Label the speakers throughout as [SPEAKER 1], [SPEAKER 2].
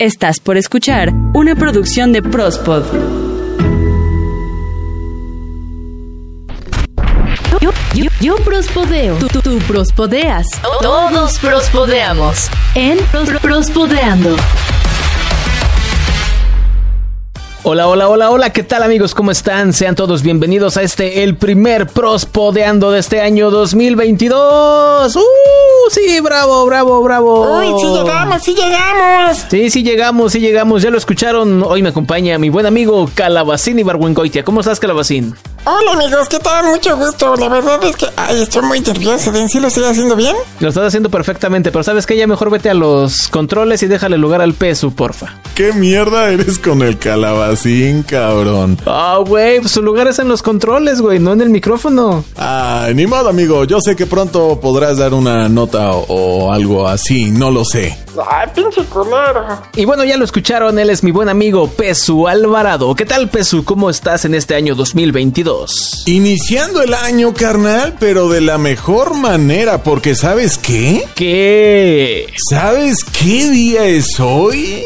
[SPEAKER 1] Estás por escuchar una producción de Prospod.
[SPEAKER 2] Yo, yo, yo prospodeo, tú, tú, tú prospodeas, todos prospodeamos en Pros- Prospodeando.
[SPEAKER 3] Hola, hola, hola, hola, ¿qué tal amigos? ¿Cómo están? Sean todos bienvenidos a este, el primer prospodeando de este año 2022. ¡Uh! Sí, bravo, bravo, bravo.
[SPEAKER 4] Uy, sí llegamos, sí llegamos.
[SPEAKER 3] Sí, sí llegamos, sí llegamos, ya lo escucharon. Hoy me acompaña mi buen amigo Calabacín Ibargüengoitia. ¿Cómo estás, Calabacín?
[SPEAKER 4] Hola amigos, ¿qué tal? Mucho gusto. La verdad es que ay, estoy muy nervioso. ¿En sí lo estoy haciendo bien?
[SPEAKER 3] Lo estás haciendo perfectamente, pero ¿sabes qué? Ya mejor vete a los controles y déjale lugar al peso, porfa.
[SPEAKER 5] ¿Qué mierda eres con el calabacín, cabrón?
[SPEAKER 3] Ah, güey, pues su lugar es en los controles, güey, no en el micrófono.
[SPEAKER 5] Ah, ni modo, amigo. Yo sé que pronto podrás dar una nota o, o algo así, no lo sé.
[SPEAKER 4] Ay, pinche color.
[SPEAKER 3] Y bueno, ya lo escucharon, él es mi buen amigo Pesu Alvarado. ¿Qué tal, Pesu? ¿Cómo estás en este año 2022?
[SPEAKER 5] Iniciando el año, carnal, pero de la mejor manera, porque ¿sabes qué?
[SPEAKER 3] ¿Qué?
[SPEAKER 5] ¿Sabes qué día es hoy?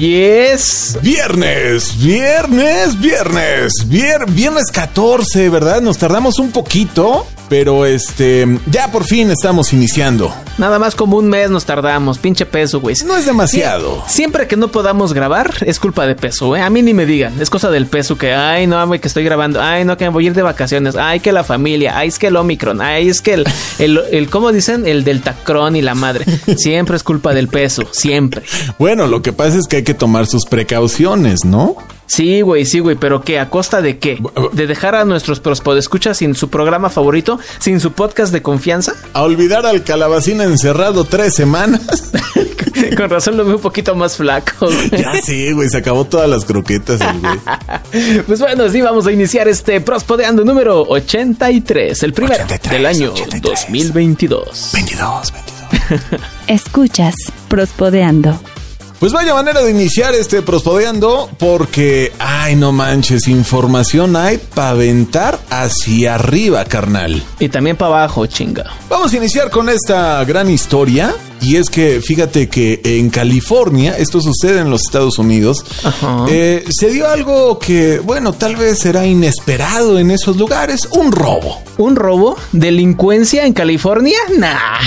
[SPEAKER 3] ¿Oyes?
[SPEAKER 5] Viernes, viernes, viernes, vier- viernes 14, ¿verdad? Nos tardamos un poquito, pero este, ya por fin estamos iniciando.
[SPEAKER 3] Nada más como un mes nos tardamos, pinche Pesu, güey.
[SPEAKER 5] No es demasiado.
[SPEAKER 3] Siempre que no podamos grabar, es culpa de peso, ¿eh? A mí ni me digan, es cosa del peso que, ay, no, güey, que estoy grabando, ay, no, que me voy a ir de vacaciones, ay, que la familia, ay, es que el Omicron, ay, es que el, el, el ¿cómo dicen? El deltacrón y la madre. Siempre es culpa del peso, siempre.
[SPEAKER 5] Bueno, lo que pasa es que hay que tomar sus precauciones, ¿no?
[SPEAKER 3] Sí, güey, sí, güey, pero ¿qué? ¿A costa de qué? ¿De dejar a nuestros prospodescuchas sin su programa favorito? ¿Sin su podcast de confianza?
[SPEAKER 5] A olvidar al calabacín encerrado tres semanas.
[SPEAKER 3] Con razón lo veo un poquito más flaco. güey.
[SPEAKER 5] ya sí, güey, se acabó todas las croquetas el güey.
[SPEAKER 3] Pues bueno, sí, vamos a iniciar este Prospodeando número 83, el primero
[SPEAKER 5] 83,
[SPEAKER 3] del año
[SPEAKER 5] 83.
[SPEAKER 3] 2022.
[SPEAKER 5] 22, 22.
[SPEAKER 1] Escuchas Prospodeando.
[SPEAKER 5] Pues vaya manera de iniciar este prospodeando porque, ay, no manches, información hay para aventar hacia arriba, carnal.
[SPEAKER 3] Y también para abajo, chinga.
[SPEAKER 5] Vamos a iniciar con esta gran historia. Y es que fíjate que en California, esto sucede en los Estados Unidos,
[SPEAKER 3] Ajá.
[SPEAKER 5] eh, se dio algo que, bueno, tal vez será inesperado en esos lugares, un robo.
[SPEAKER 3] ¿Un robo? ¿Delincuencia en California? Nah.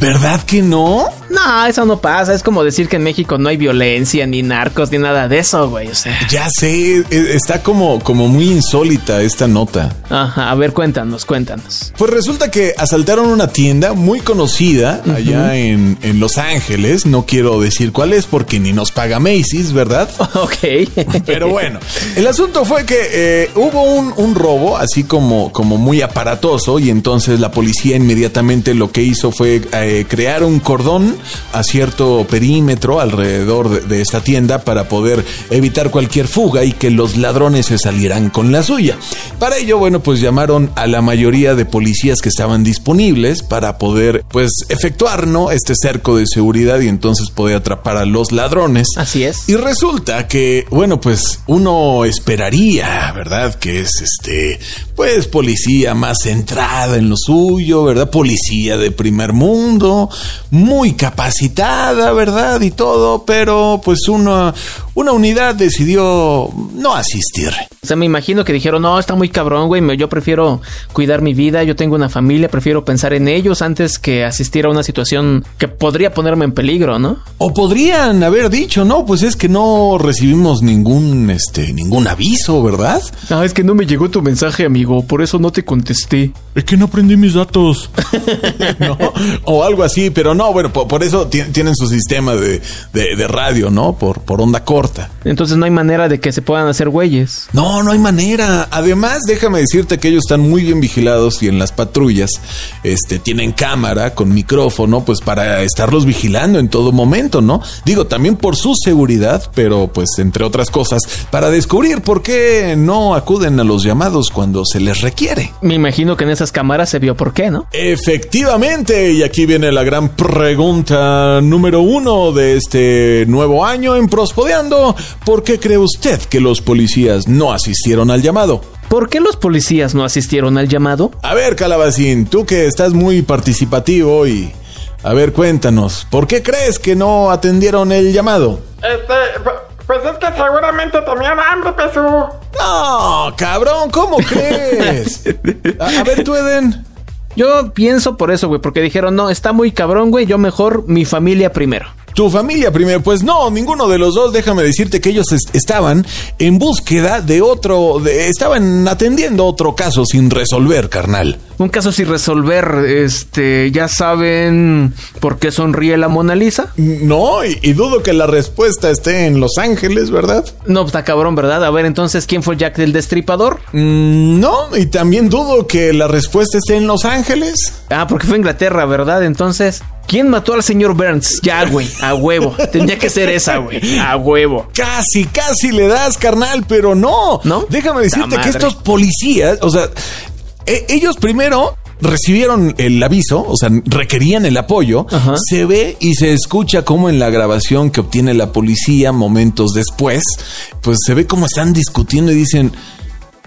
[SPEAKER 5] ¿Verdad que no?
[SPEAKER 3] No, eso no pasa. Es como decir que en México no hay violencia, ni narcos, ni nada de eso, güey. O sea.
[SPEAKER 5] Ya sé, eh, está como, como muy insólita esta nota.
[SPEAKER 3] Ajá, a ver, cuéntanos, cuéntanos.
[SPEAKER 5] Pues resulta que asaltaron una tienda muy conocida allá en, en Los Ángeles. No quiero decir cuál es porque ni nos paga Macy's, ¿verdad?
[SPEAKER 3] Ok.
[SPEAKER 5] Pero bueno, el asunto fue que eh, hubo un, un robo así como, como muy aparatoso y entonces la policía inmediatamente lo que hizo fue eh, crear un cordón a cierto perímetro alrededor de, de esta tienda para poder evitar cualquier fuga y que los ladrones se salieran con la suya. Para ello, bueno, pues llamaron a la mayoría de policías que estaban disponibles para poder pues efectuar ¿no? este cerco de seguridad y entonces poder atrapar a los ladrones.
[SPEAKER 3] Así es.
[SPEAKER 5] Y resulta que, bueno, pues uno esperaría, ¿verdad? Que es este, pues policía más centrada en lo suyo, ¿verdad? Policía de primer mundo, muy capacitada, ¿verdad? Y todo, pero pues una, una unidad decidió no asistir.
[SPEAKER 3] O sea, me imagino que dijeron, no, está muy cabrón, güey. me- Yo prefiero cuidar mi vida, yo tengo una familia, prefiero pensar en ellos antes que asistir a una situación que podría ponerme en peligro, ¿no?
[SPEAKER 5] O podrían haber dicho, no, pues es que no recibimos ningún, este, ningún aviso, ¿verdad?
[SPEAKER 3] Ah, es que no me llegó tu mensaje, amigo, por eso no te contesté.
[SPEAKER 5] Es que no aprendí mis datos. ¿No? O algo así, pero no, bueno, po- por, eso ti- tienen su sistema de, de- de radio, ¿no? Por, por onda corta.
[SPEAKER 3] Entonces no hay manera de que se puedan hacer güeyes.
[SPEAKER 5] No, no hay manera. Además, déjame decirte que ellos están muy bien vigilados y en las patrullas este, tienen cámara con micrófono, pues para estarlos vigilando en todo momento, ¿no? Digo, también por su seguridad, pero pues entre otras cosas, para descubrir por qué no acuden a los llamados cuando se les requiere.
[SPEAKER 3] Me imagino que en esas cámaras se vio por qué, ¿no?
[SPEAKER 5] Efectivamente, y aquí viene la gran pregunta número uno de este nuevo año en Prospodeando. ¿Por qué cree usted que los policías no asistieron al llamado?
[SPEAKER 3] ¿Por qué los policías no asistieron al llamado?
[SPEAKER 5] A ver, Calabacín, tú que estás muy participativo y A ver, cuéntanos, ¿por qué crees que no atendieron el llamado?
[SPEAKER 4] Este, pu- pues es que seguramente tenían hambre, Pesú.
[SPEAKER 5] No, cabrón, ¿cómo crees? A, a ver, tú, Eden.
[SPEAKER 3] Yo pienso por eso, güey, porque dijeron, no, está muy cabrón, güey, yo mejor mi familia primero.
[SPEAKER 5] Tu familia primero, pues no, ninguno de los dos, déjame decirte que ellos est- estaban en búsqueda de otro, de- estaban atendiendo otro caso sin resolver, carnal.
[SPEAKER 3] Un caso sin resolver, este, ya saben por qué sonríe la Mona Lisa.
[SPEAKER 5] No, y, y dudo que la respuesta esté en Los Ángeles, ¿verdad?
[SPEAKER 3] No, está cabrón, ¿verdad? A ver, entonces, ¿quién fue Jack el Destripador?
[SPEAKER 5] Mm, no, y también dudo que la respuesta esté en Los Ángeles.
[SPEAKER 3] Ah, porque fue Inglaterra, ¿verdad? Entonces, ¿quién mató al señor Burns? Ya, güey, a huevo. Tendría que ser esa, güey, a huevo.
[SPEAKER 5] Casi, casi le das, carnal, pero no.
[SPEAKER 3] ¿No?
[SPEAKER 5] Déjame decirte
[SPEAKER 3] La
[SPEAKER 5] que
[SPEAKER 3] madre.
[SPEAKER 5] estos policías, o sea, e- ellos primero recibieron el aviso, o sea, requerían el apoyo,
[SPEAKER 3] Ajá.
[SPEAKER 5] se ve y se escucha como en la grabación que obtiene la policía momentos después, pues se ve como están discutiendo y dicen,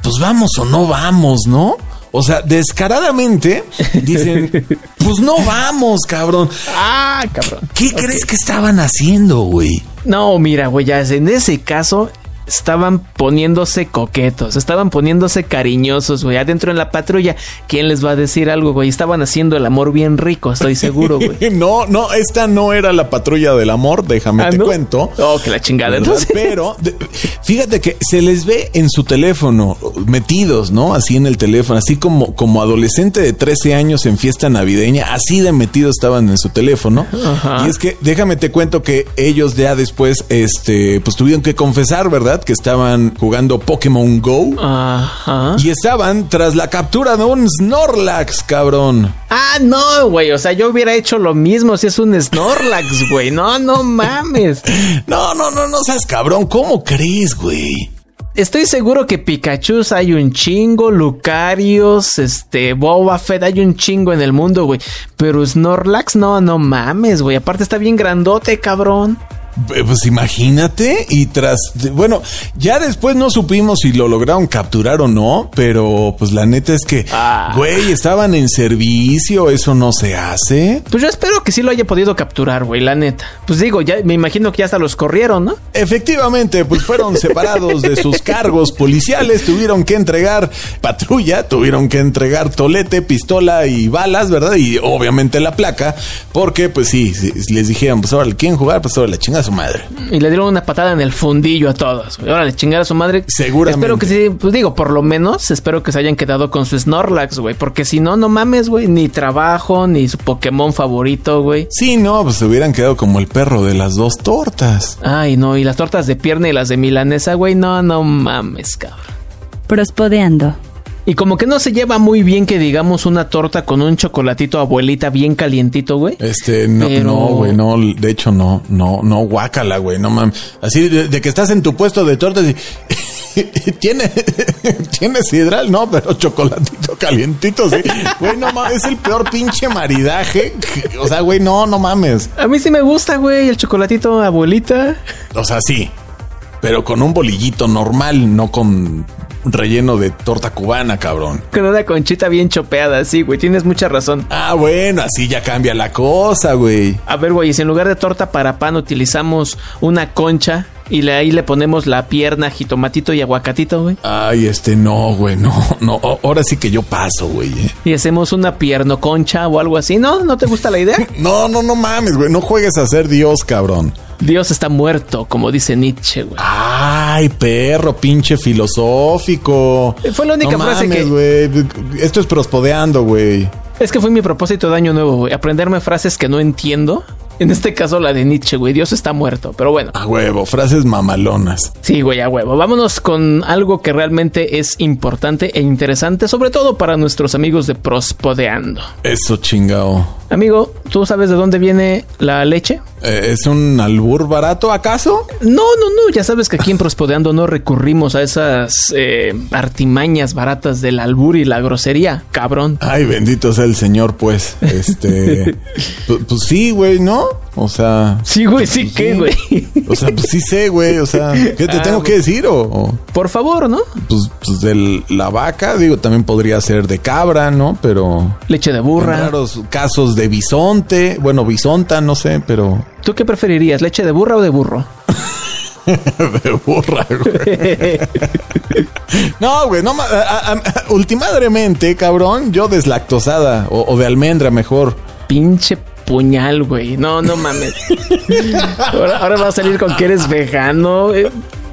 [SPEAKER 5] pues vamos o no vamos, ¿no? O sea, descaradamente dicen, pues no vamos, cabrón.
[SPEAKER 3] Ah, cabrón.
[SPEAKER 5] ¿Qué crees que estaban haciendo, güey?
[SPEAKER 3] No, mira, güey, ya en ese caso estaban poniéndose coquetos, estaban poniéndose cariñosos, güey. Adentro en la patrulla, ¿quién les va a decir algo, güey? Estaban haciendo el amor bien rico, estoy seguro, güey.
[SPEAKER 5] No, no, esta no era la patrulla del amor, déjame
[SPEAKER 3] Ah,
[SPEAKER 5] te
[SPEAKER 3] ¿no?
[SPEAKER 5] cuento.
[SPEAKER 3] Oh, que la chingada.
[SPEAKER 5] ¿Verdad?
[SPEAKER 3] Entonces,
[SPEAKER 5] Pero de- fíjate que se les ve en su teléfono, metidos, ¿no? Así en el teléfono, así como, como adolescente de 13 años en fiesta navideña, así de metidos estaban en su teléfono.
[SPEAKER 3] Ajá.
[SPEAKER 5] Y es que déjame te cuento que ellos ya después, este, pues tuvieron que confesar, ¿verdad? Que estaban jugando Pokémon Go.
[SPEAKER 3] Ajá.
[SPEAKER 5] Y estaban tras la captura de un Snorlax, cabrón.
[SPEAKER 3] Ah, no, güey. O sea, yo hubiera hecho lo mismo si es un Snorlax, güey. No, no mames.
[SPEAKER 5] No, no, no, no seas cabrón. ¿Cómo crees, güey?
[SPEAKER 3] Estoy seguro que Pikachu hay un chingo, Lucarios, este, Boba Fett, hay un chingo en el mundo, güey. Pero Snorlax, no, no mames, güey. Aparte está bien grandote, cabrón.
[SPEAKER 5] Eh, Pues imagínate, y tras, de- bueno, ya después no supimos si lo lograron capturar o no, pero pues la neta es que,
[SPEAKER 3] Ah.
[SPEAKER 5] güey, estaban en servicio, eso no se hace.
[SPEAKER 3] Pues yo espero que sí lo haya podido capturar, güey, la neta. Pues digo, ya me imagino que ya hasta los corrieron, ¿no?
[SPEAKER 5] Efectivamente, pues fueron separados de sus cargos policiales, tuvieron que entregar patrulla, tuvieron que entregar tolete, pistola y balas, ¿verdad? Y obviamente la placa, porque pues sí, sí, les dijeron, pues ahora quieren jugar, pues ahora la chinga a su madre.
[SPEAKER 3] Y le dieron una patada en el fundillo a todos. güey. Órale, chingar a su madre.
[SPEAKER 5] Seguramente.
[SPEAKER 3] Espero que sí, pues digo, por lo menos espero que se hayan quedado con su Snorlax, güey. Porque si no, no mames, güey. Ni trabajo, ni su Pokémon favorito, güey.
[SPEAKER 5] Sí, no, pues se hubieran quedado como el perro de las dos tortas.
[SPEAKER 3] Ay, no, y las tortas de pierna y las de milanesa, güey, no, no mames, cabrón.
[SPEAKER 1] Prospodeando.
[SPEAKER 3] Y como que no se lleva muy bien que digamos una torta con un chocolatito abuelita bien calientito, güey.
[SPEAKER 5] Este, no,
[SPEAKER 3] Pero-
[SPEAKER 5] no, güey, no, de hecho, no, no, no, guácala, güey, no mames. Así de, de que estás en tu puesto de tortas y. tiene, tiene sidral, no, pero chocolatito calientito, sí. Güey, no mames, es el peor pinche maridaje. O sea, güey, no, no mames.
[SPEAKER 3] A mí sí me gusta, güey, el chocolatito abuelita.
[SPEAKER 5] O sea, sí, pero con un bolillito normal, no con relleno de torta cubana, cabrón.
[SPEAKER 3] Con una conchita bien chopeada, sí, güey, tienes mucha razón.
[SPEAKER 5] Ah, bueno, así ya cambia la cosa, güey.
[SPEAKER 3] A ver, güey, si en lugar de torta para pan utilizamos una concha y le- ahí le ponemos la pierna, jitomatito y aguacatito, güey.
[SPEAKER 5] Ay, este, no, güey, no, no. o- Ahora sí que yo paso, güey. eh.
[SPEAKER 3] Y hacemos una pierno concha o algo así, ¿no? ¿No te gusta la idea?
[SPEAKER 5] No, no, no mames, güey. No juegues a ser Dios, cabrón.
[SPEAKER 3] Dios está muerto, como dice Nietzsche, güey.
[SPEAKER 5] Ay, perro, pinche filosófico.
[SPEAKER 3] Eh, Fue la única
[SPEAKER 5] No
[SPEAKER 3] frase
[SPEAKER 5] mames,
[SPEAKER 3] que-
[SPEAKER 5] güey. Esto es prospodeando, güey.
[SPEAKER 3] Es que fue mi propósito de año nuevo, güey. Aprenderme frases que no entiendo. En este caso la de Nietzsche, güey. Dios está muerto. Pero bueno.
[SPEAKER 5] A huevo, frases mamalonas.
[SPEAKER 3] Sí, güey, a huevo. Vámonos con algo que realmente es importante e interesante, sobre todo para nuestros amigos de Prospodeando.
[SPEAKER 5] Eso, chingao.
[SPEAKER 3] Amigo, ¿tú sabes de dónde viene la leche?
[SPEAKER 5] Eh, ¿Es un albur barato, acaso?
[SPEAKER 3] No, no, no. Ya sabes que aquí en Prospodeando no recurrimos a esas eh, artimañas baratas del albur y la grosería, cabrón.
[SPEAKER 5] Ay, bendito sea el señor, pues. Este. pu- pues sí, güey, ¿no? O sea.
[SPEAKER 3] Sí, güey, sí,
[SPEAKER 5] pues,
[SPEAKER 3] ¿qué,
[SPEAKER 5] sí.
[SPEAKER 3] güey?
[SPEAKER 5] O sea, pues sí sé, güey. O sea, ¿qué te
[SPEAKER 3] Ah,
[SPEAKER 5] tengo
[SPEAKER 3] güey.
[SPEAKER 5] que decir? O, o,
[SPEAKER 3] Por favor, ¿no?
[SPEAKER 5] pues, pues de la vaca, digo, también podría ser de cabra, ¿no? Pero.
[SPEAKER 3] Leche de
[SPEAKER 5] en
[SPEAKER 3] burra.
[SPEAKER 5] raros casos de bisonte. Bueno, bisonta, no sé, pero.
[SPEAKER 3] ¿Tú qué preferirías, leche de burra o de burro?
[SPEAKER 5] de burra, güey. No, güey, no ma- a- a- a- Ultimadremente, cabrón, yo deslactosada o, o de almendra mejor.
[SPEAKER 3] Pinche puñal, güey. No, no mames. ahora, ahora va a salir con que eres vegano. Eh,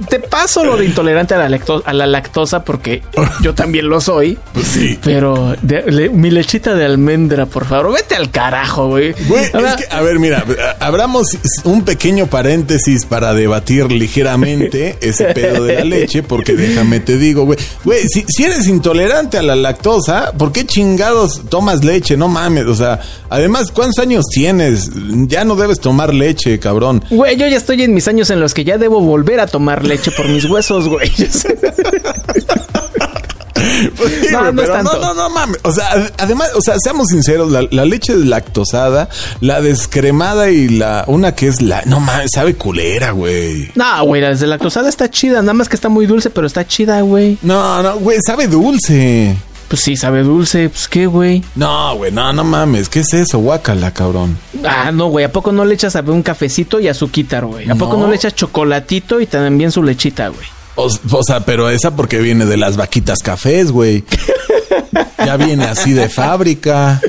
[SPEAKER 3] Te paso lo de intolerante a la, lacto- a la lactosa porque yo también lo soy.
[SPEAKER 5] Pues sí.
[SPEAKER 3] Pero de- le- mi lechita de almendra, por favor, vete al carajo, güey.
[SPEAKER 5] Güey,
[SPEAKER 3] Ahora-
[SPEAKER 5] es que, a ver, mira, a- abramos un pequeño paréntesis para debatir ligeramente ese pedo de la leche, porque déjame te digo, güey, güey, si, si eres intolerante a la lactosa, ¿por qué chingados tomas leche? No mames, o sea, además, ¿cuántos años tienes? Ya no debes tomar leche, cabrón.
[SPEAKER 3] Güey, yo ya estoy en mis años en los que ya debo volver a tomar leche por mis huesos, güey.
[SPEAKER 5] Pues sí,
[SPEAKER 3] No,
[SPEAKER 5] güey,
[SPEAKER 3] no es
[SPEAKER 5] pero no,
[SPEAKER 3] tanto.
[SPEAKER 5] no, no mames. O sea, ad- además, o sea, seamos sinceros, la, la leche deslactosada, la descremada y la una que es la, no mames, sabe culera, güey.
[SPEAKER 3] No, güey, la deslactosada está chida, nada más que está muy dulce, pero está chida, güey.
[SPEAKER 5] No, no, güey, sabe dulce.
[SPEAKER 3] Pues sí, sabe dulce, pues qué, güey.
[SPEAKER 5] No, güey, no, no mames, ¿qué es eso? Guácala, cabrón.
[SPEAKER 3] Ah, no, güey, ¿a poco no le echas a un cafecito y azuquitar, güey? ¿A poco
[SPEAKER 5] No.
[SPEAKER 3] no le echas chocolatito y también su lechita, güey?
[SPEAKER 5] O, o sea, pero esa porque viene de las vaquitas cafés, güey. Ya viene así de fábrica.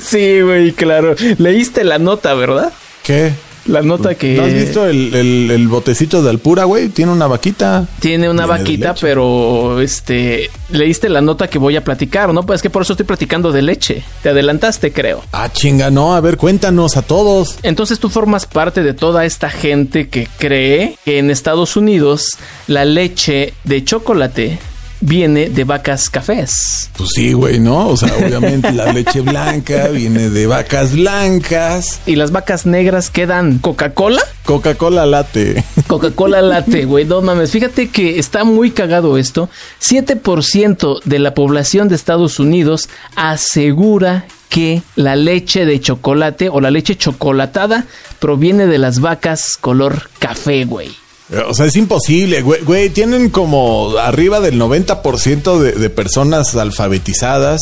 [SPEAKER 3] Sí, güey, claro. Leíste la nota, ¿verdad?
[SPEAKER 5] ¿Qué?
[SPEAKER 3] La nota que...
[SPEAKER 5] ¿No has visto el, el- el botecito de Alpura, güey? Tiene una vaquita.
[SPEAKER 3] Tiene una
[SPEAKER 5] Viene de
[SPEAKER 3] vaquita,
[SPEAKER 5] leche.
[SPEAKER 3] pero este leíste la nota que voy a platicar, ¿no? Pues es que por eso estoy platicando de leche. Te adelantaste, creo.
[SPEAKER 5] Ah, chinga, no. A ver, cuéntanos a todos.
[SPEAKER 3] Entonces tú formas parte de toda esta gente que cree que en Estados Unidos la leche de chocolate viene de vacas cafés.
[SPEAKER 5] Pues sí, güey, ¿no? O sea, obviamente la leche blanca viene de vacas blancas.
[SPEAKER 3] Y las vacas negras quedan Coca-Cola.
[SPEAKER 5] Coca-Cola late.
[SPEAKER 3] Coca-Cola late, güey, no mames. Fíjate que está muy cagado esto. 7% de la población de Estados Unidos asegura que la leche de chocolate o la leche chocolatada proviene de las vacas color café, güey.
[SPEAKER 5] Eh, O sea, es imposible, güey. Güey, tienen como arriba del 90% de, de personas alfabetizadas.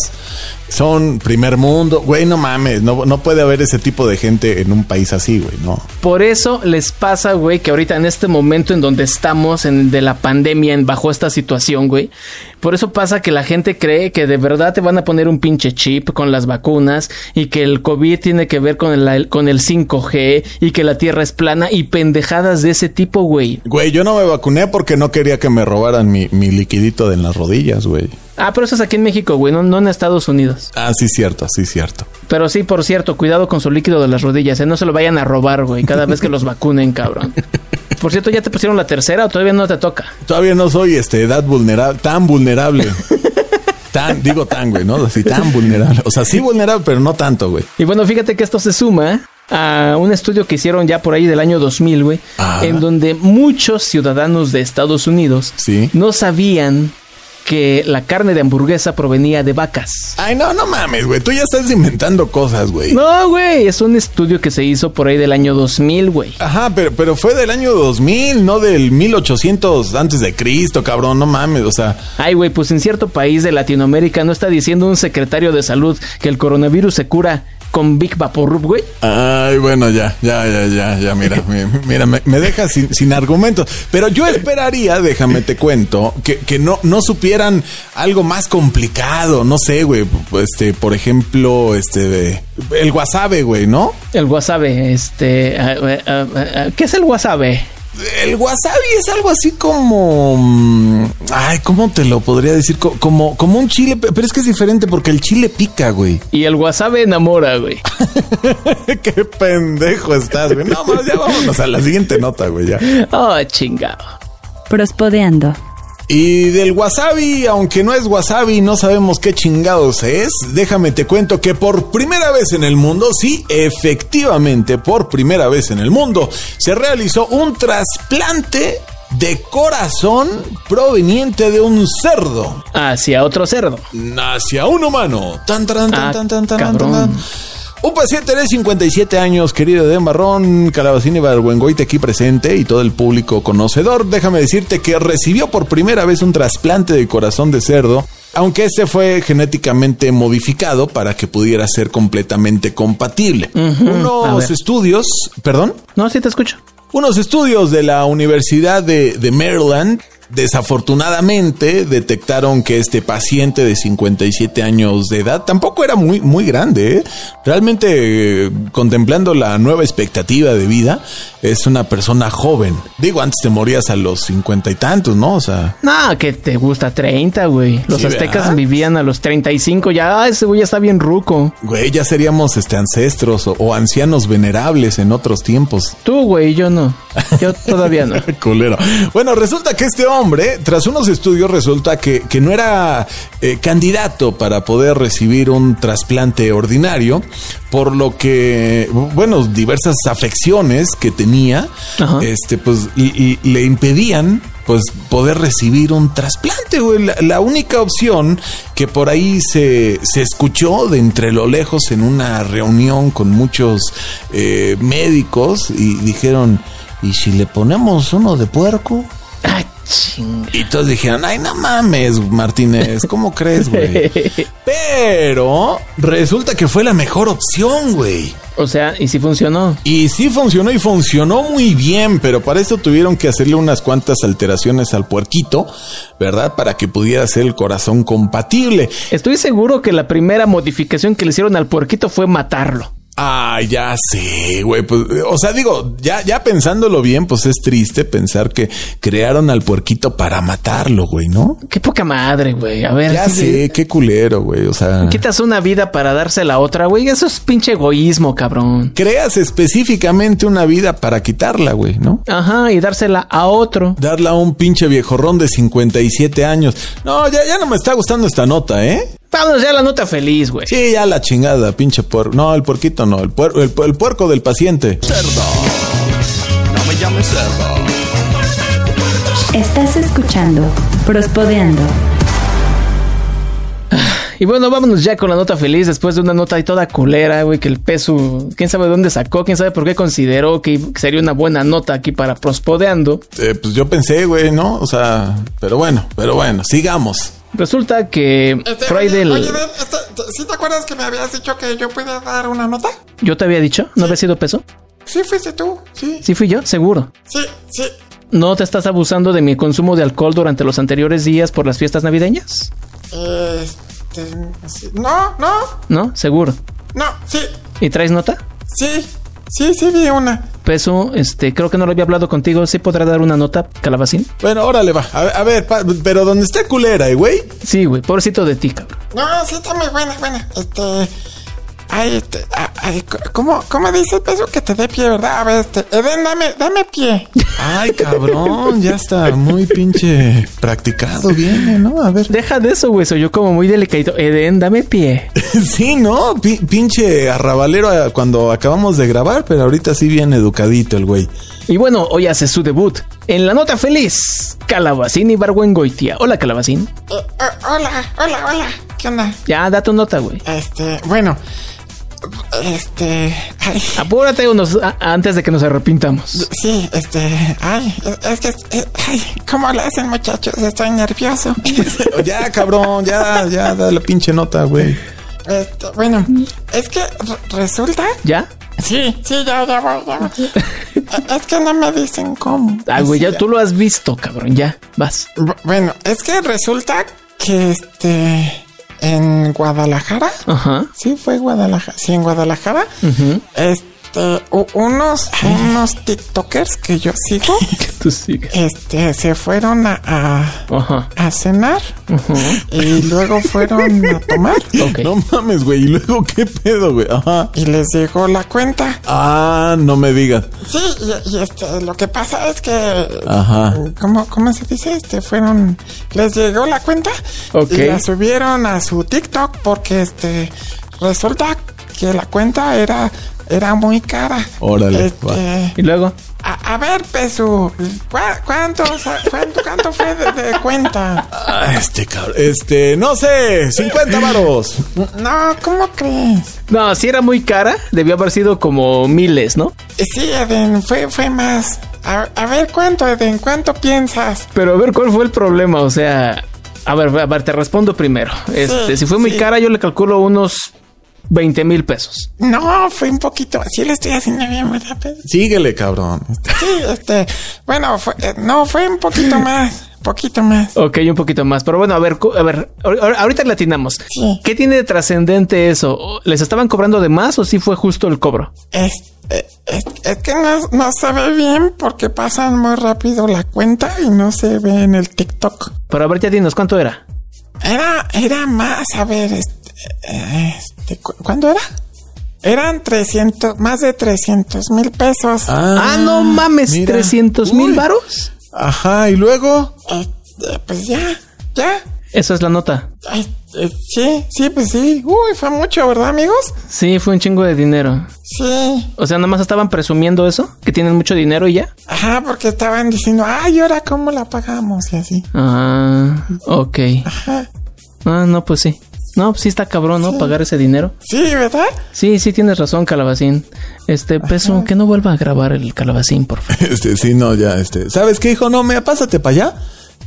[SPEAKER 5] Son primer mundo. Güey, no mames. No, no puede haber ese tipo de gente en un país así, güey, no.
[SPEAKER 3] Por eso les pasa, güey, que ahorita en este momento en donde estamos, en de la pandemia, en bajo esta situación, güey. Por eso pasa que la gente cree que de verdad te van a poner un pinche chip con las vacunas y que el COVID tiene que ver con el, con el 5G y que la Tierra es plana y pendejadas de ese tipo, güey.
[SPEAKER 5] Güey, yo no me vacuné porque no quería que me robaran mi, mi liquidito de en las rodillas, güey.
[SPEAKER 3] Ah, pero eso es aquí en México, güey, no, no en Estados Unidos.
[SPEAKER 5] Ah, sí, cierto, sí, cierto.
[SPEAKER 3] Pero sí, por cierto, cuidado con su líquido de las rodillas, ¿eh? no se lo vayan a robar, güey, cada vez que los vacunen, cabrón. Por cierto, ¿ya te pusieron la tercera o todavía no te toca?
[SPEAKER 5] Todavía no soy este edad vulnerable, tan vulnerable. Tan, digo tan, güey, ¿no? Así tan vulnerable. O sea, sí vulnerable, pero no tanto, güey.
[SPEAKER 3] Y bueno, fíjate que esto se suma a un estudio que hicieron ya por ahí del año 2000, güey,
[SPEAKER 5] Ah.
[SPEAKER 3] en donde muchos ciudadanos de Estados Unidos
[SPEAKER 5] Sí.
[SPEAKER 3] no sabían que la carne de hamburguesa provenía de vacas.
[SPEAKER 5] Ay, no, no mames, güey. Tú ya estás inventando cosas, güey.
[SPEAKER 3] No, güey, es un estudio que se hizo por ahí del año 2000, güey.
[SPEAKER 5] Ajá, pero, pero fue del año 2000, no del 1800 antes de Cristo, cabrón, no mames, o sea,
[SPEAKER 3] Ay, güey, pues en cierto país de Latinoamérica no está diciendo un secretario de salud que el coronavirus se cura con Big Vaporub, güey.
[SPEAKER 5] ay, bueno, ya, ya, ya, ya, ya, mira, mi- mira, me, me deja sin, sin argumentos, pero yo esperaría, déjame te cuento, que, que no, no supieran algo más complicado, no sé, güey, este, por ejemplo, este, de- el wasabe, güey, ¿no?
[SPEAKER 3] El wasabe, este... ah, ah, ah, ah, ¿Qué es el wasabe?
[SPEAKER 5] El wasabi es algo así como. mm, Ay, ¿cómo te lo podría decir? Co- Como, como un chile, pe- pero es que es diferente porque el chile pica, güey.
[SPEAKER 3] Y el wasabe enamora, güey.
[SPEAKER 5] Qué pendejo estás, güey. No, más, ya vámonos a la siguiente nota, güey. Ya.
[SPEAKER 3] Oh, chingado.
[SPEAKER 1] Prospodeando.
[SPEAKER 5] Y del wasabi, aunque no es wasabi, no sabemos qué chingados es. Déjame te cuento que por primera vez en el mundo, sí, efectivamente, por primera vez en el mundo, se realizó un trasplante de corazón proveniente de un cerdo
[SPEAKER 3] Hacia otro cerdo.
[SPEAKER 5] hacia un humano. Tan, tan, tan,
[SPEAKER 3] Ah,
[SPEAKER 5] tan, tan, tan, tan,
[SPEAKER 3] cabrón.
[SPEAKER 5] tan. Un paciente de 57 años, querido de Marrón, Calabacín y Barguengoite aquí presente y todo el público conocedor, déjame decirte que recibió por primera vez un trasplante de corazón de cerdo aunque este fue genéticamente modificado para que pudiera ser completamente compatible.
[SPEAKER 3] a
[SPEAKER 5] Unos
[SPEAKER 3] ver.
[SPEAKER 5] estudios, perdón,
[SPEAKER 3] No, sí te escucho.
[SPEAKER 5] unos estudios de la Universidad de, de Maryland desafortunadamente detectaron que este paciente de 57 años de edad tampoco era muy, muy grande. ¿eh? Realmente eh, contemplando la nueva expectativa de vida, es una persona joven. Digo, antes te morías a los cincuenta y tantos, ¿no? O sea...
[SPEAKER 3] No, que te gusta 30, güey. Los
[SPEAKER 5] Sí,
[SPEAKER 3] aztecas
[SPEAKER 5] ¿verdad?
[SPEAKER 3] vivían a los 35. Ya, ah, ese güey ya está bien ruco.
[SPEAKER 5] Güey, ya seríamos este, ancestros o, o ancianos venerables en otros tiempos.
[SPEAKER 3] Tú, güey, yo no. Yo todavía no.
[SPEAKER 5] Culero. Bueno, resulta que este hombre, tras unos estudios, resulta que, que no era eh, candidato para poder recibir un trasplante ordinario, por lo que, bueno, diversas afecciones que tenía,
[SPEAKER 3] Ajá.
[SPEAKER 5] este, pues, y- y le impedían pues poder recibir un trasplante, güey. La, la única opción que por ahí se, se escuchó de entre lo lejos en una reunión con muchos eh, médicos y dijeron, ¿y si le ponemos uno de puerco?
[SPEAKER 3] Ah, ching.
[SPEAKER 5] Y todos dijeron, ay, no mames, Martínez, ¿cómo crees, güey? Pero resulta que fue la mejor opción, güey.
[SPEAKER 3] O sea, y si funcionó.
[SPEAKER 5] Y sí funcionó y funcionó muy bien, pero para esto tuvieron que hacerle unas cuantas alteraciones al puerquito, ¿verdad? Para que pudiera ser el corazón compatible.
[SPEAKER 3] Estoy seguro que la primera modificación que le hicieron al puerquito fue matarlo.
[SPEAKER 5] Ah, ya sé, güey. Pues, o sea, digo, ya, ya pensándolo bien, pues es triste pensar que crearon al puerquito para matarlo, güey, ¿no?
[SPEAKER 3] Qué poca madre, güey. A ver.
[SPEAKER 5] Ya sé, qué culero, güey. O sea.
[SPEAKER 3] Quitas una vida para darse la otra, güey. Eso es pinche egoísmo, cabrón.
[SPEAKER 5] Creas específicamente una vida para quitarla, güey, ¿no?
[SPEAKER 3] Ajá, y dársela a otro.
[SPEAKER 5] Darla a un pinche viejorrón de 57 años. No, ya, ya no me está gustando esta nota, ¿eh?
[SPEAKER 3] Vámonos ya a la nota feliz, güey.
[SPEAKER 5] Sí, ya la chingada, pinche puerco. No, el puerquito no, el, puer- el, pu- el puerco del paciente.
[SPEAKER 1] Estás escuchando Prospodeando.
[SPEAKER 3] Y bueno, vámonos ya con la nota feliz después de una nota ahí toda culera, güey, que el peso, quién sabe dónde sacó, quién sabe por qué consideró que sería una buena nota aquí para prospodeando.
[SPEAKER 5] Eh, pues yo pensé, güey, ¿no? O sea, pero bueno, pero bueno, sigamos.
[SPEAKER 3] Resulta que
[SPEAKER 4] Este,
[SPEAKER 3] Freud
[SPEAKER 4] oye,
[SPEAKER 3] el-
[SPEAKER 4] oye, Ed, este, te- ¿sí te acuerdas que me habías dicho que yo podía dar una nota?
[SPEAKER 3] yo te había dicho, no había sido peso.
[SPEAKER 4] Sí, fuiste tú. Sí,
[SPEAKER 3] Sí fui yo, seguro.
[SPEAKER 4] sí, sí.
[SPEAKER 3] ¿No te estás abusando de mi consumo de alcohol durante los anteriores días por las fiestas navideñas?
[SPEAKER 4] Este, sí. No, no,
[SPEAKER 3] ¿No? Seguro.
[SPEAKER 4] no, sí,
[SPEAKER 3] ¿Y traes nota?
[SPEAKER 4] sí, sí, sí vi una.
[SPEAKER 3] Peso, este, creo que no lo había hablado contigo, sí podrá dar una nota, calabacín.
[SPEAKER 5] Bueno, órale, va. A, ver- a ver, pa- pero donde está culera, eh, güey.
[SPEAKER 3] Sí, güey, pobrecito de ti, cabrón.
[SPEAKER 4] No, sí está muy buena, buena. Este, ay, este, a- ay, co- ¿cómo, cómo dice el peso que te dé pie, verdad? A ver, este, Eden, dame, dame pie. Eh,
[SPEAKER 5] Ay, cabrón, ya está muy pinche practicado, viene, ¿no? A ver.
[SPEAKER 3] Deja de eso, güey, soy yo como muy delicadito. Eden, dame pie.
[SPEAKER 5] Sí, ¿no? Pi- pinche arrabalero eh, cuando acabamos de grabar, pero ahorita sí bien educadito el güey.
[SPEAKER 3] Y bueno, hoy hace su debut en la nota feliz, Calabacín y Barguengoitia. Hola, Calabacín.
[SPEAKER 4] Eh, o- hola, hola, hola, ¿qué onda?
[SPEAKER 3] Ya, da tu nota, güey.
[SPEAKER 4] Este, bueno, este, ay.
[SPEAKER 3] Apúrate unos, a- antes de que nos arrepintamos.
[SPEAKER 4] Sí, este, ay, es que, eh, ay, ¿cómo le hacen muchachos? Estoy nervioso.
[SPEAKER 5] Ya, cabrón, ya, ya, da la pinche nota, güey.
[SPEAKER 4] Este, bueno, es que re- resulta,
[SPEAKER 3] ¿Ya?
[SPEAKER 4] sí, sí, ya, ya voy, ya voy. Eh, Es que no me dicen cómo.
[SPEAKER 3] Ah, güey, ya tú lo has visto, cabrón. Ya, vas.
[SPEAKER 4] Bu- Bueno, es que resulta que, este, en Guadalajara,
[SPEAKER 3] Ajá.
[SPEAKER 4] sí, fue Guadalajara, sí, en Guadalajara, este, u- unos, unos tiktokers que yo sigo,
[SPEAKER 3] Tú sigues.
[SPEAKER 4] este, se fueron a- a
[SPEAKER 3] Ajá.
[SPEAKER 4] a cenar y luego fueron a tomar
[SPEAKER 3] Ok.
[SPEAKER 5] No mames, güey. Y luego, ¿qué pedo, güey? Ajá.
[SPEAKER 4] y les llegó la cuenta.
[SPEAKER 5] Ah, no me digas.
[SPEAKER 4] Sí, y, y, este, lo que pasa es que...
[SPEAKER 5] Ajá.
[SPEAKER 4] ¿Cómo, ¿Cómo se dice? Este, fueron... Les llegó la cuenta
[SPEAKER 3] Ok.
[SPEAKER 4] y la subieron a su TikTok porque, este, resulta que la cuenta era era muy cara.
[SPEAKER 5] Órale,
[SPEAKER 4] Este,
[SPEAKER 5] va.
[SPEAKER 3] Y luego,
[SPEAKER 4] a, a ver, peso, ¿cuá- ¿cuánto, sa- cuánto, cuánto fue de, de cuenta?
[SPEAKER 5] Ah, este cabrón. Este, no sé, 50 varos.
[SPEAKER 4] No, ¿cómo crees?
[SPEAKER 3] no, si era muy cara, debió haber sido como miles, ¿no?
[SPEAKER 4] Sí, Eden, fue, fue más. A, a ver, ¿cuánto, Eden? ¿Cuánto piensas?
[SPEAKER 3] Pero a ver, ¿cuál fue el problema? O sea, a ver, a ver, te respondo primero. Este,
[SPEAKER 4] Sí,
[SPEAKER 3] si fue muy
[SPEAKER 4] sí.
[SPEAKER 3] cara, yo le calculo unos 20 mil pesos.
[SPEAKER 4] No, fue un poquito. Sí, le estoy haciendo bien, ¿verdad, Pedro?
[SPEAKER 5] Síguele, cabrón.
[SPEAKER 4] Sí, este. Bueno, fue, eh, no, fue un poquito más. Poquito más.
[SPEAKER 3] Ok, un poquito más. Pero bueno, a ver, cu- a ver, ahor- ahor- ahorita latinamos.
[SPEAKER 4] Sí.
[SPEAKER 3] ¿Qué tiene de trascendente eso? ¿O ¿Les estaban cobrando de más o si fue justo el cobro?
[SPEAKER 4] Es, eh, es, es que no, no se ve bien porque pasan muy rápido la cuenta y no se ve en el TikTok.
[SPEAKER 3] Pero a ver, ya dinos, ¿cuánto era?
[SPEAKER 4] Era, era más, a ver, este, eh, este, cu- ¿cuándo era? Eran 300, más de 300 mil pesos.
[SPEAKER 3] Ah, no mames,
[SPEAKER 5] mira.
[SPEAKER 3] 300 mil
[SPEAKER 5] Uy.
[SPEAKER 3] varos.
[SPEAKER 5] Ajá, y luego.
[SPEAKER 4] Eh, eh, pues ya, ya.
[SPEAKER 3] Esa es la nota.
[SPEAKER 4] Ay, eh, sí, sí, pues sí. Uy, fue mucho, ¿verdad, amigos?
[SPEAKER 3] Sí, fue un chingo de dinero.
[SPEAKER 4] Sí.
[SPEAKER 3] O sea, nada más estaban presumiendo eso, que tienen mucho dinero y ya.
[SPEAKER 4] Ajá, porque estaban diciendo, ay, ahora cómo la pagamos y así.
[SPEAKER 3] Ah, ok.
[SPEAKER 4] Ajá.
[SPEAKER 3] Ah, no, pues sí. No, pues sí está cabrón, ¿no? Pagar ese dinero.
[SPEAKER 4] Sí, ¿verdad?
[SPEAKER 3] Sí, sí tienes razón, Calabacín. Este, peso, que no vuelva a grabar el Calabacín, por favor.
[SPEAKER 5] Este, sí, no, ya, este. ¿Sabes qué, hijo? No, me pásate para allá.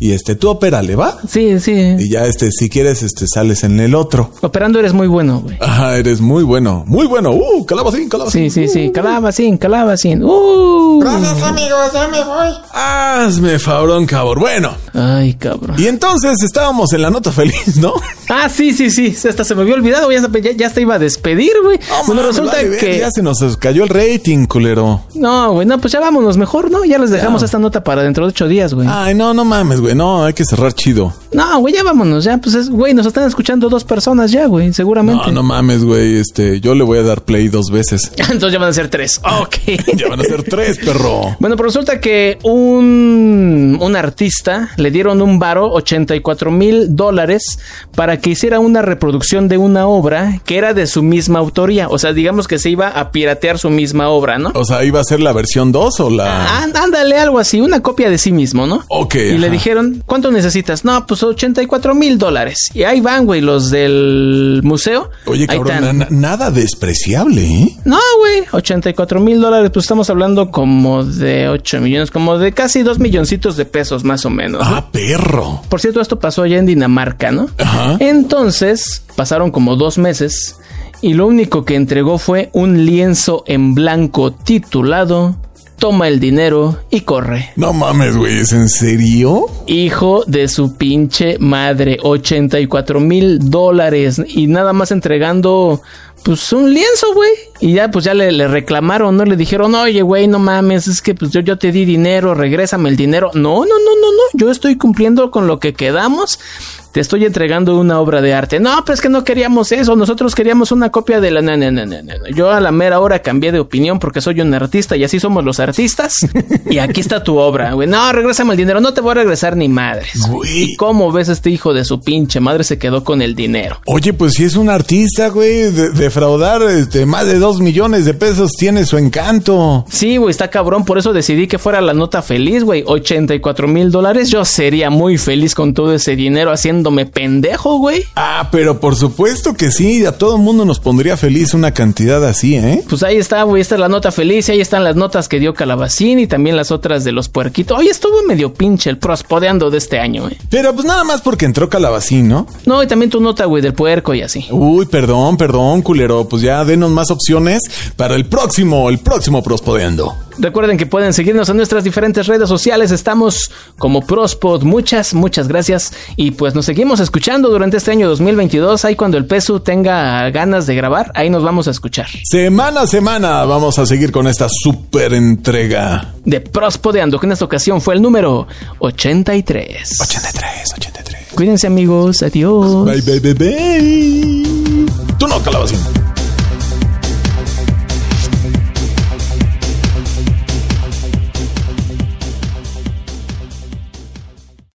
[SPEAKER 5] Y este, tú opérale, ¿va?
[SPEAKER 3] Sí, sí.
[SPEAKER 5] Y ya, este, si quieres, este, sales en el otro.
[SPEAKER 3] Operando eres muy bueno, güey.
[SPEAKER 5] Ajá, eres muy bueno, muy bueno. Uh, calabacín, calabacín.
[SPEAKER 3] Sí, sí, sí. Calabacín, Calabacín. ¡Uh!
[SPEAKER 4] Gracias, amigos, ya me voy.
[SPEAKER 5] Hazme fabrón, cabrón. Bueno,
[SPEAKER 3] Ay, cabrón.
[SPEAKER 5] y entonces estábamos en la nota feliz, ¿no?
[SPEAKER 3] Ah, sí, sí, sí. Hasta se me había olvidado. Ya, se- ya, ya se iba a despedir, güey.
[SPEAKER 5] No,
[SPEAKER 3] bueno,
[SPEAKER 5] mames,
[SPEAKER 3] resulta
[SPEAKER 5] vale, ver,
[SPEAKER 3] que.
[SPEAKER 5] Ya se nos cayó el rating, culero.
[SPEAKER 3] No, güey. No, pues ya vámonos mejor, ¿no? Ya les dejamos esta nota para dentro de ocho días, güey.
[SPEAKER 5] Ay, no, no mames, güey. No, hay que cerrar chido.
[SPEAKER 3] No, güey, ya vámonos. Ya, pues es, güey, nos están escuchando dos personas ya, güey. Seguramente.
[SPEAKER 5] No, no mames, güey. Este, yo le voy a dar play dos veces.
[SPEAKER 3] Entonces ya van a ser tres. Ok.
[SPEAKER 5] Ah, Ya van a ser tres, perro.
[SPEAKER 3] Bueno, pero resulta que un, un artista le dieron un varo, 84 mil dólares, para que hiciera una reproducción de una obra que era de su misma autoría. O sea, digamos que se iba a piratear su misma obra, ¿no?
[SPEAKER 5] O sea, iba a ser la versión 2 o la.
[SPEAKER 3] Á- Ándale, algo así, una copia de sí mismo, ¿no?
[SPEAKER 5] Ok,
[SPEAKER 3] Y le
[SPEAKER 5] ajá.
[SPEAKER 3] dijeron, ¿cuánto necesitas? No, pues 84 mil dólares. Y ahí van, güey, los del museo.
[SPEAKER 5] Oye,
[SPEAKER 3] Ahí
[SPEAKER 5] cabrón,
[SPEAKER 3] están.
[SPEAKER 5] na- nada despreciable, ¿eh?
[SPEAKER 3] No, güey, 84 mil dólares, pues estamos hablando como de 8 millones, como de casi 2 milloncitos de pesos más o menos. ¿no?
[SPEAKER 5] Ah, perro.
[SPEAKER 3] Por cierto, esto pasó allá en Dinamarca, ¿no?
[SPEAKER 5] Ajá.
[SPEAKER 3] Entonces, pasaron como dos meses y lo único que entregó fue un lienzo en blanco titulado Toma el dinero y corre.
[SPEAKER 5] No mames, güey. ¿Es en serio?
[SPEAKER 3] Hijo de su pinche madre, 84 mil dólares y nada más entregando pues un lienzo, güey. Y ya pues ya le, le reclamaron, ¿no? Le dijeron, oye, güey, no mames, es que pues yo, yo te di dinero, regrésame el dinero. No, no, no, no, no, yo estoy cumpliendo con lo que quedamos. Te estoy entregando una obra de arte. No, pero es que no queríamos eso. Nosotros queríamos una copia de la. No, no, no, no, no, no. Yo a la mera hora cambié de opinión porque soy un artista y así somos los artistas. y aquí está tu obra, güey. No, regrésame el dinero. No te voy a regresar ni madres.
[SPEAKER 5] Güey.
[SPEAKER 3] ¿Y cómo ves este hijo de su pinche madre se quedó con el dinero?
[SPEAKER 5] Oye, pues si es un artista, güey, de- defraudar este, más de dos millones de pesos tiene su encanto.
[SPEAKER 3] Sí, güey, está cabrón. Por eso decidí que fuera la nota feliz, güey. 84 mil dólares. Yo sería muy feliz con todo ese dinero haciéndome pendejo, güey.
[SPEAKER 5] Ah, pero por supuesto que sí, a todo el mundo nos pondría feliz una cantidad así, ¿eh?
[SPEAKER 3] Pues ahí está, güey, esta es la nota feliz y ahí están las notas que dio Calabacín y también las otras de los puerquitos. Hoy estuvo medio pinche el prospodeando de este año, eh.
[SPEAKER 5] Pero pues nada más porque entró calabacín, ¿no?
[SPEAKER 3] No, y también tu nota, güey, del puerco y así.
[SPEAKER 5] Uy, perdón, perdón, culero. Pues ya denos más opciones para el próximo, el próximo Prospodeando.
[SPEAKER 3] Recuerden que pueden seguirnos en nuestras diferentes redes sociales, estamos como Prospod, muchas, muchas gracias y pues nos seguimos escuchando durante este año 2022, ahí cuando el peso tenga ganas de grabar, ahí nos vamos a escuchar.
[SPEAKER 5] Semana a semana vamos a seguir con esta super entrega.
[SPEAKER 3] De Prospodeando, que en esta ocasión fue el número 83.
[SPEAKER 5] 83, 83.
[SPEAKER 3] Cuídense amigos, adiós.
[SPEAKER 5] Bye, bye, bye, bye. Tú no, calabacín.